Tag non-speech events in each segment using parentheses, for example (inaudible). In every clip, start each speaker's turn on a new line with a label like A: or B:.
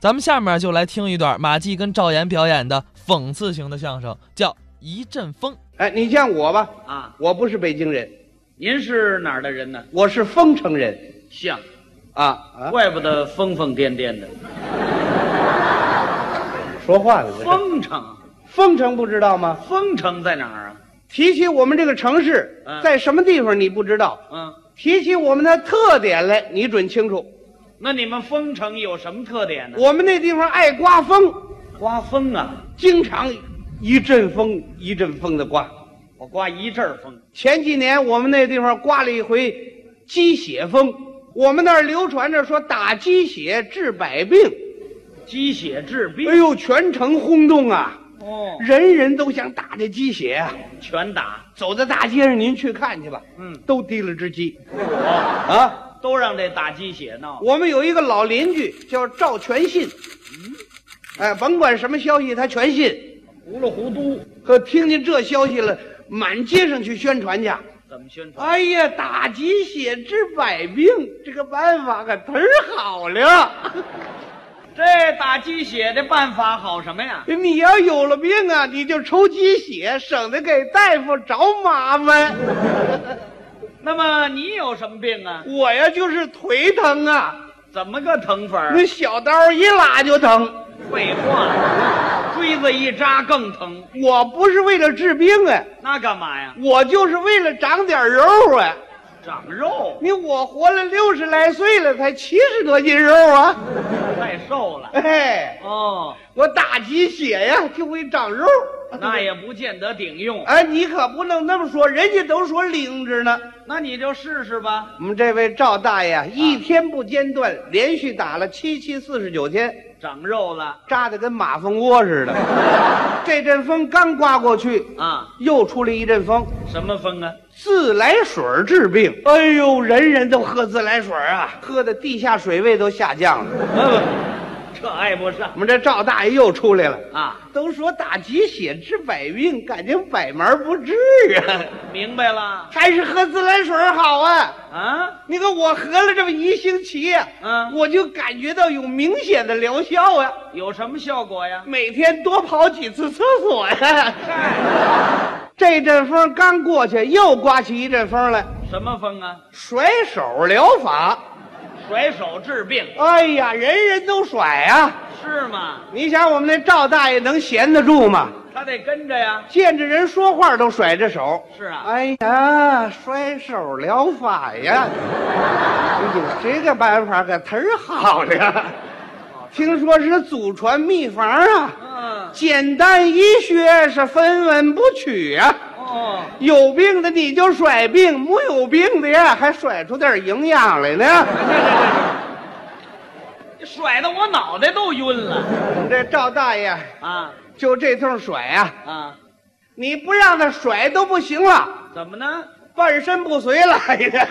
A: 咱们下面就来听一段马季跟赵岩表演的讽刺型的相声，叫《一阵风》。
B: 哎，你像我吧，
C: 啊，
B: 我不是北京人，
C: 您是哪儿的人呢？
B: 我是丰城人，
C: 像，
B: 啊啊，
C: 怪不得疯疯癫癫的。
B: 说话呢这是。
C: 丰城，
B: 丰城不知道吗？
C: 丰城在哪儿啊？
B: 提起我们这个城市
C: 嗯
B: 在什么地方，你不知道；
C: 嗯，
B: 提起我们的特点来，你准清楚。
C: 那你们丰城有什么特点呢？
B: 我们那地方爱刮风，
C: 刮风啊，
B: 经常一阵风一阵风的刮。
C: 我刮一阵儿风，
B: 前几年我们那地方刮了一回鸡血风，我们那儿流传着说打鸡血治百病，
C: 鸡血治病。
B: 哎呦，全城轰动啊！
C: 哦，
B: 人人都想打这鸡血啊！
C: 全打，
B: 走在大街上，您去看去吧，
C: 嗯，
B: 都提了只鸡啊！
C: 都让这打鸡血闹。
B: 我们有一个老邻居叫赵全信，哎，甭管什么消息他全信。
C: 糊里糊涂，
B: 可听见这消息了，满街上去宣传去。
C: 怎么宣传？
B: 哎呀，打鸡血治百病，这个办法可忒好了。 (laughs) 啊
C: 这打鸡血的办法好什么呀？
B: 你要有了病啊，你就抽鸡血，省得给大夫找麻烦。
C: 那么你有什么病啊？
B: 我呀，就是腿疼啊。
C: 怎么个疼法儿？
B: 那小刀一拉就疼。
C: 废话，锥子一扎更疼，
B: 我不是为了治病哎、
C: 那干嘛呀？
B: 我就是为了长点肉哎、
C: 长肉，
B: 你我活了六十来岁了，才七十多斤肉啊！
C: 太瘦了。
B: 哎，
C: 哦，
B: 我打鸡血呀、就会长肉。
C: 那也不见得顶用。
B: 哎，你可不能那么说，人家都说灵着呢。
C: 那你就试试吧。
B: 我们这位赵大爷啊一天不间断，连续打了七七四十九天，
C: 长肉了
B: 扎的跟马蜂窝似
C: (laughs)
B: 的。这阵风刚刮过去，
C: 啊？
B: 又出来一阵风。
C: 什么风啊？
B: 自来水儿治病，哎呦，人人都喝自来水儿啊，喝的地下水位都下降了。
C: 不，这爱不上
B: 我们这赵大爷又出来了，
C: 啊。
B: 都说打鸡血治百病，感情百门不治啊，
C: 明白了
B: 还是喝自来水儿好啊。
C: 啊？
B: 你看我喝了这么一星期呀、
C: 嗯
B: 我就感觉到有明显的疗效啊，
C: 有什么效果呀？
B: 每天多跑几次厕所呀、
C: 嗨，
B: 这阵风刚过去，又刮起一阵风来，
C: 什么风啊？
B: 甩手疗法。
C: 甩手治病
B: 哎呀，人人都甩啊！
C: 是吗？
B: 你想我们那赵大爷能闲得住吗？
C: 他得跟着呀。
B: 见着人说话都甩着手。
C: 是啊，
B: 哎呀，甩手疗法呀！哎呦，这个办法可忒儿好了，听说是祖传秘方啊，
C: 嗯，
B: 简单医学是分文不取啊。
C: 哦，
B: 有病的你就甩病，没有病的呀还甩出点营养来呢。
C: 你甩的我脑袋都晕了
B: 我们这赵大爷
C: 啊
B: 就这通甩啊。
C: 啊！
B: 你不让他甩都不行了，
C: 怎么呢？
B: 半身不遂了，哎呀，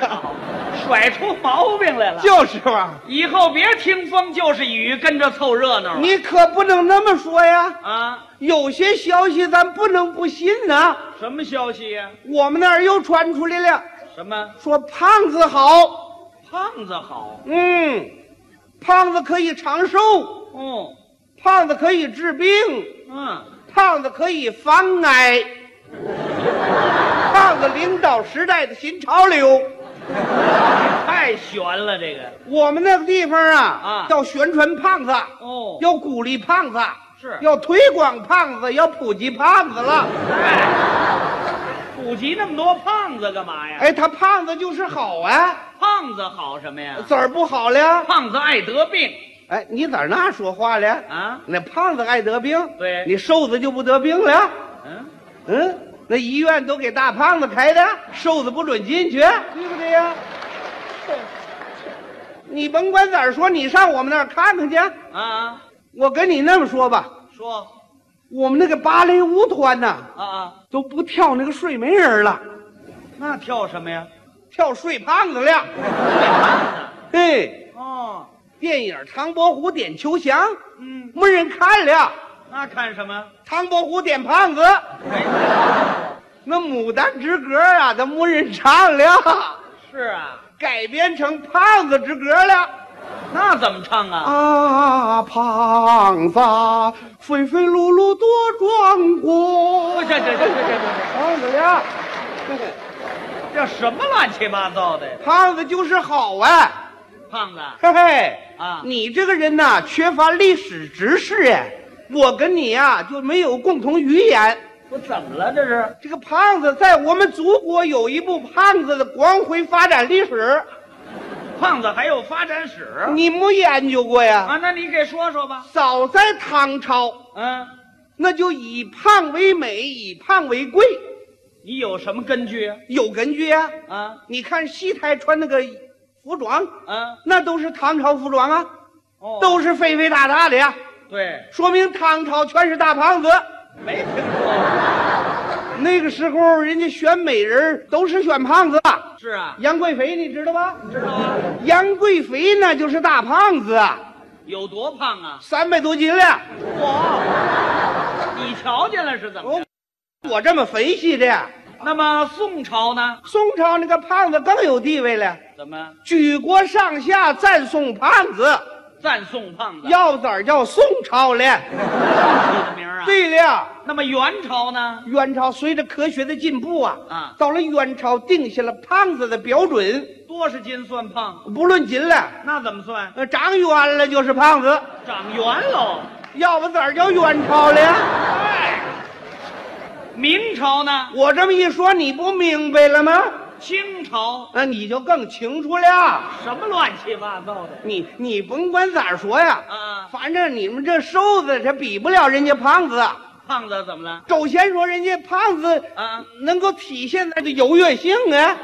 C: 甩出毛病来了。
B: 就是嘛，
C: 以后别听风就是雨，跟着凑热闹。
B: 你可不能那么说呀。
C: 啊，
B: 有些消息咱不能不信呐、
C: 什么消息呀、
B: 我们那儿又传出来了，
C: 什么
B: 说胖子好，
C: 胖子好？
B: 嗯，胖子可以长寿，
C: 哦，
B: 胖子可以治病，
C: 嗯，
B: 胖子可以防癌，胖子领导时代的新潮流。
C: 太悬了这个。
B: 我们那个地方啊，
C: 啊
B: 要宣传胖子。
C: 哦，
B: 要鼓励胖子，
C: 是
B: 要推广胖子，要普及胖子了。
C: 哎普及那么多胖子干嘛呀？
B: 哎，他胖子就是好啊，
C: 胖子好什么呀？
B: 怎儿不好了？
C: 胖子爱得病
B: 哎，你咋那说话了？
C: 啊？
B: 那胖子爱得病，
C: 对
B: 你瘦子就不得病了。
C: 嗯，
B: 嗯，那医院都给大胖子开的，瘦子不准进去，对不对呀？ (laughs) 你甭管咋说，你上我们那儿看看去。
C: 啊，
B: 我跟你那么说吧，
C: 说
B: 我们那个芭蕾舞团呐、
C: 啊啊，
B: 都不跳那个睡美人了，
C: 那跳什么呀？
B: 跳睡胖子了。
C: 胖
B: 嘿，
C: 子哦，
B: 电影《唐伯虎点秋香》
C: 嗯，
B: 没人看了，
C: 那看什么？
B: 唐伯虎点胖子，那《牡丹之歌》啊，都没人唱了，
C: 是啊，
B: 改编成胖子之歌了。
C: 那怎么唱啊？
B: 啊，胖子，肥肥碌碌多壮
C: 这
B: 观。
C: 这这这这这
B: 胖子呀，
C: 这这什么乱七八糟的呀？
B: 胖子就是好哎，
C: 胖子，
B: 嘿嘿
C: 啊
B: 你这个人呐，缺乏历史知识哎，我跟你呀、就没有共同语言。
C: 我怎么了？这是
B: 这个胖子在我们祖国有一部胖子的光辉发展历史，
C: 胖子还有发展史
B: 你没研究过呀？
C: 啊？那你给说说吧。
B: 早在唐朝，
C: 嗯，
B: 那就以胖为美，以胖为贵，
C: 你有什么根据啊？
B: 有根据呀、
C: 啊
B: 你看西台穿那个服装，
C: 啊
B: 那都是唐朝服装啊，
C: 哦，
B: 都是肥肥大大的呀，
C: 对，
B: 说明唐朝全是大胖子。
C: 没听说。
B: 那个时候人家选美人儿都是选胖子啊，
C: 是啊，
B: 杨贵妃你知道吧？
C: 知道啊，
B: 杨贵妃那就是大胖子啊，
C: 有多胖啊？
B: 三百多斤了。
C: 我，你瞧见了是怎么着？
B: 我这么分析的，
C: 那么宋朝呢？
B: 宋朝那个胖子更有地位了，
C: 怎么
B: 举国上下赞颂胖子，
C: 赞颂胖子？
B: 要咋儿叫宋朝了？
C: 起的名儿啊？。
B: 对了，
C: 那么元朝呢？
B: 元朝随着科学的进步啊，
C: 啊
B: 到了元朝定下了胖子的标准，
C: 多少斤算胖？
B: 不论斤了，
C: 那怎么算？
B: 呃，长圆了就是胖子，
C: 长圆喽。
B: 要不咋儿叫元朝了？
C: 哎，明朝呢？
B: 我这么一说，你不明白了吗？
C: 清朝
B: 那你就更清楚了。
C: 什么乱七八糟的
B: 你你甭管咋儿说呀，
C: 啊？
B: 反正你们这瘦子这比不了人家胖子。
C: 胖子怎么了？
B: 首先说人家胖子
C: 啊，
B: 能够体现他的优越性啊，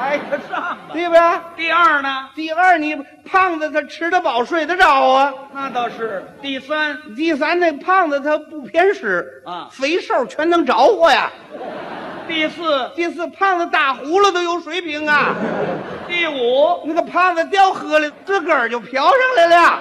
C: 挨得哎上吧。
B: 对吧？
C: 第二呢？
B: 第二，你胖子他吃得饱睡得着啊。
C: 那倒是。第三
B: 第三，那胖子他不偏食，
C: 啊，
B: 肥瘦全能着火呀。
C: 第四、
B: 第四，胖子打呼噜都有水平啊。
C: 第五，
B: 那个胖子掉河里自个儿就飘上来了。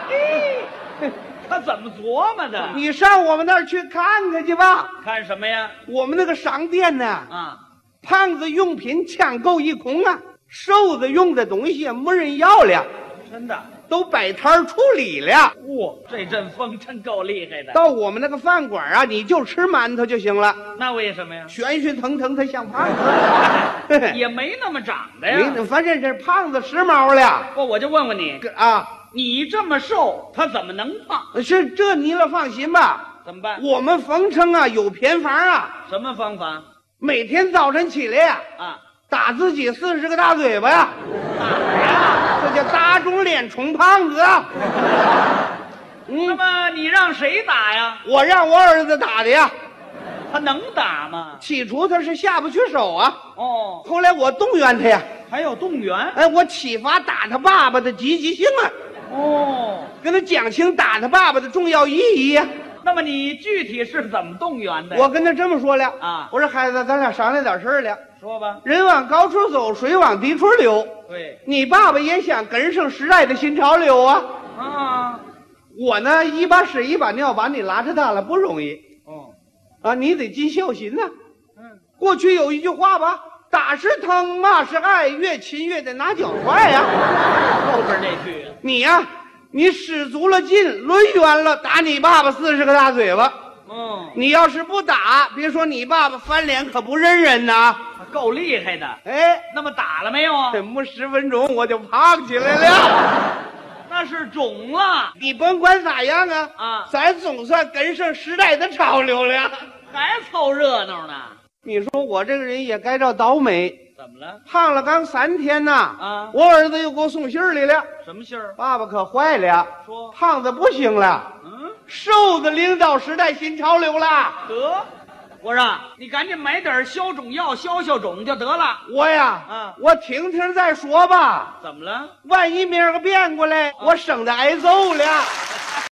C: 他怎么琢磨的？
B: 你上我们那儿去看看去吧。
C: 看什么呀？
B: 我们那个商店呢，
C: 啊，
B: 胖子用品抢购一空啊，瘦子用的东西也没人要了，
C: 真的。
B: 都摆摊儿处理了。
C: 哇，这阵风真够厉害的。
B: 到我们那个饭馆啊，你就吃馒头就行了，
C: 那为什么 (laughs) 呀？
B: 悬悬腾腾，它像胖子。嘿嘿
C: (laughs) 也啊没那么长的呀。
B: 没，反正这胖子时髦了
C: 不，我就问问你，
B: 个啊，
C: 你这么瘦，他怎么能胖？
B: 是这你了放心吧，
C: 怎么办？
B: 我们冯城啊有偏方啊，
C: 什么方法
B: 每天早晨起来呀、
C: 啊？
B: 打自己四十个大嘴巴呀、
C: 哪呀？
B: 这叫打肿脸充胖子啊。
C: 那
B: 嗯，
C: 么你让谁打呀？
B: 我让我儿子打的呀，
C: 他能打吗？
B: 起初他是下不去手啊，
C: 哦，
B: 后来我动员他呀，
C: 还有动员
B: 哎，我启发打他爸爸的积极性啊。
C: 哦。
B: 跟他讲清打他爸爸的重要意义呀。
C: 那么你具体是怎么动员的？
B: 我跟他这么说了
C: 啊
B: 我说孩子，咱俩商量点事儿了。
C: 说吧。
B: 人往高处走，水往低处流。
C: 对
B: 你爸爸也想跟上时代的新潮流啊。
C: 啊，
B: 我呢，一把屎一把尿把你拉扯大了不容易
C: 哦，
B: 啊，你得尽孝心呐、
C: 嗯，
B: 过去有一句话吧，打是疼，骂是爱，越亲越得拿脚踹呀、
C: 后边那句
B: 你呀、你使足了劲，抡圆了，打你爸爸四十个大嘴巴。
C: 嗯，
B: 你要是不打，别说你爸爸翻脸可不认人呐！
C: 够厉害的。
B: 哎，
C: 那么打了没有啊？
B: 怎么十分钟我就胖起来了？
C: 那是肿了，
B: 你甭管咋样啊，
C: 啊
B: 咱总算跟上时代的潮流了。
C: 还凑热闹呢。
B: 你说我这个人也该着倒霉，
C: 怎么了？
B: 胖了刚三天呐，
C: 啊
B: 我儿子又给我送信儿来了，
C: 什么信儿？
B: 爸爸可坏了，
C: 说，
B: 胖子不行了，
C: 嗯，
B: 瘦子领导时代新潮流了。
C: 得，我说你赶紧买点消肿药消消肿就得了。
B: 我呀，
C: 啊
B: 我听听再说吧。
C: 怎么了？
B: 万一明儿个变过来，我省得挨揍了。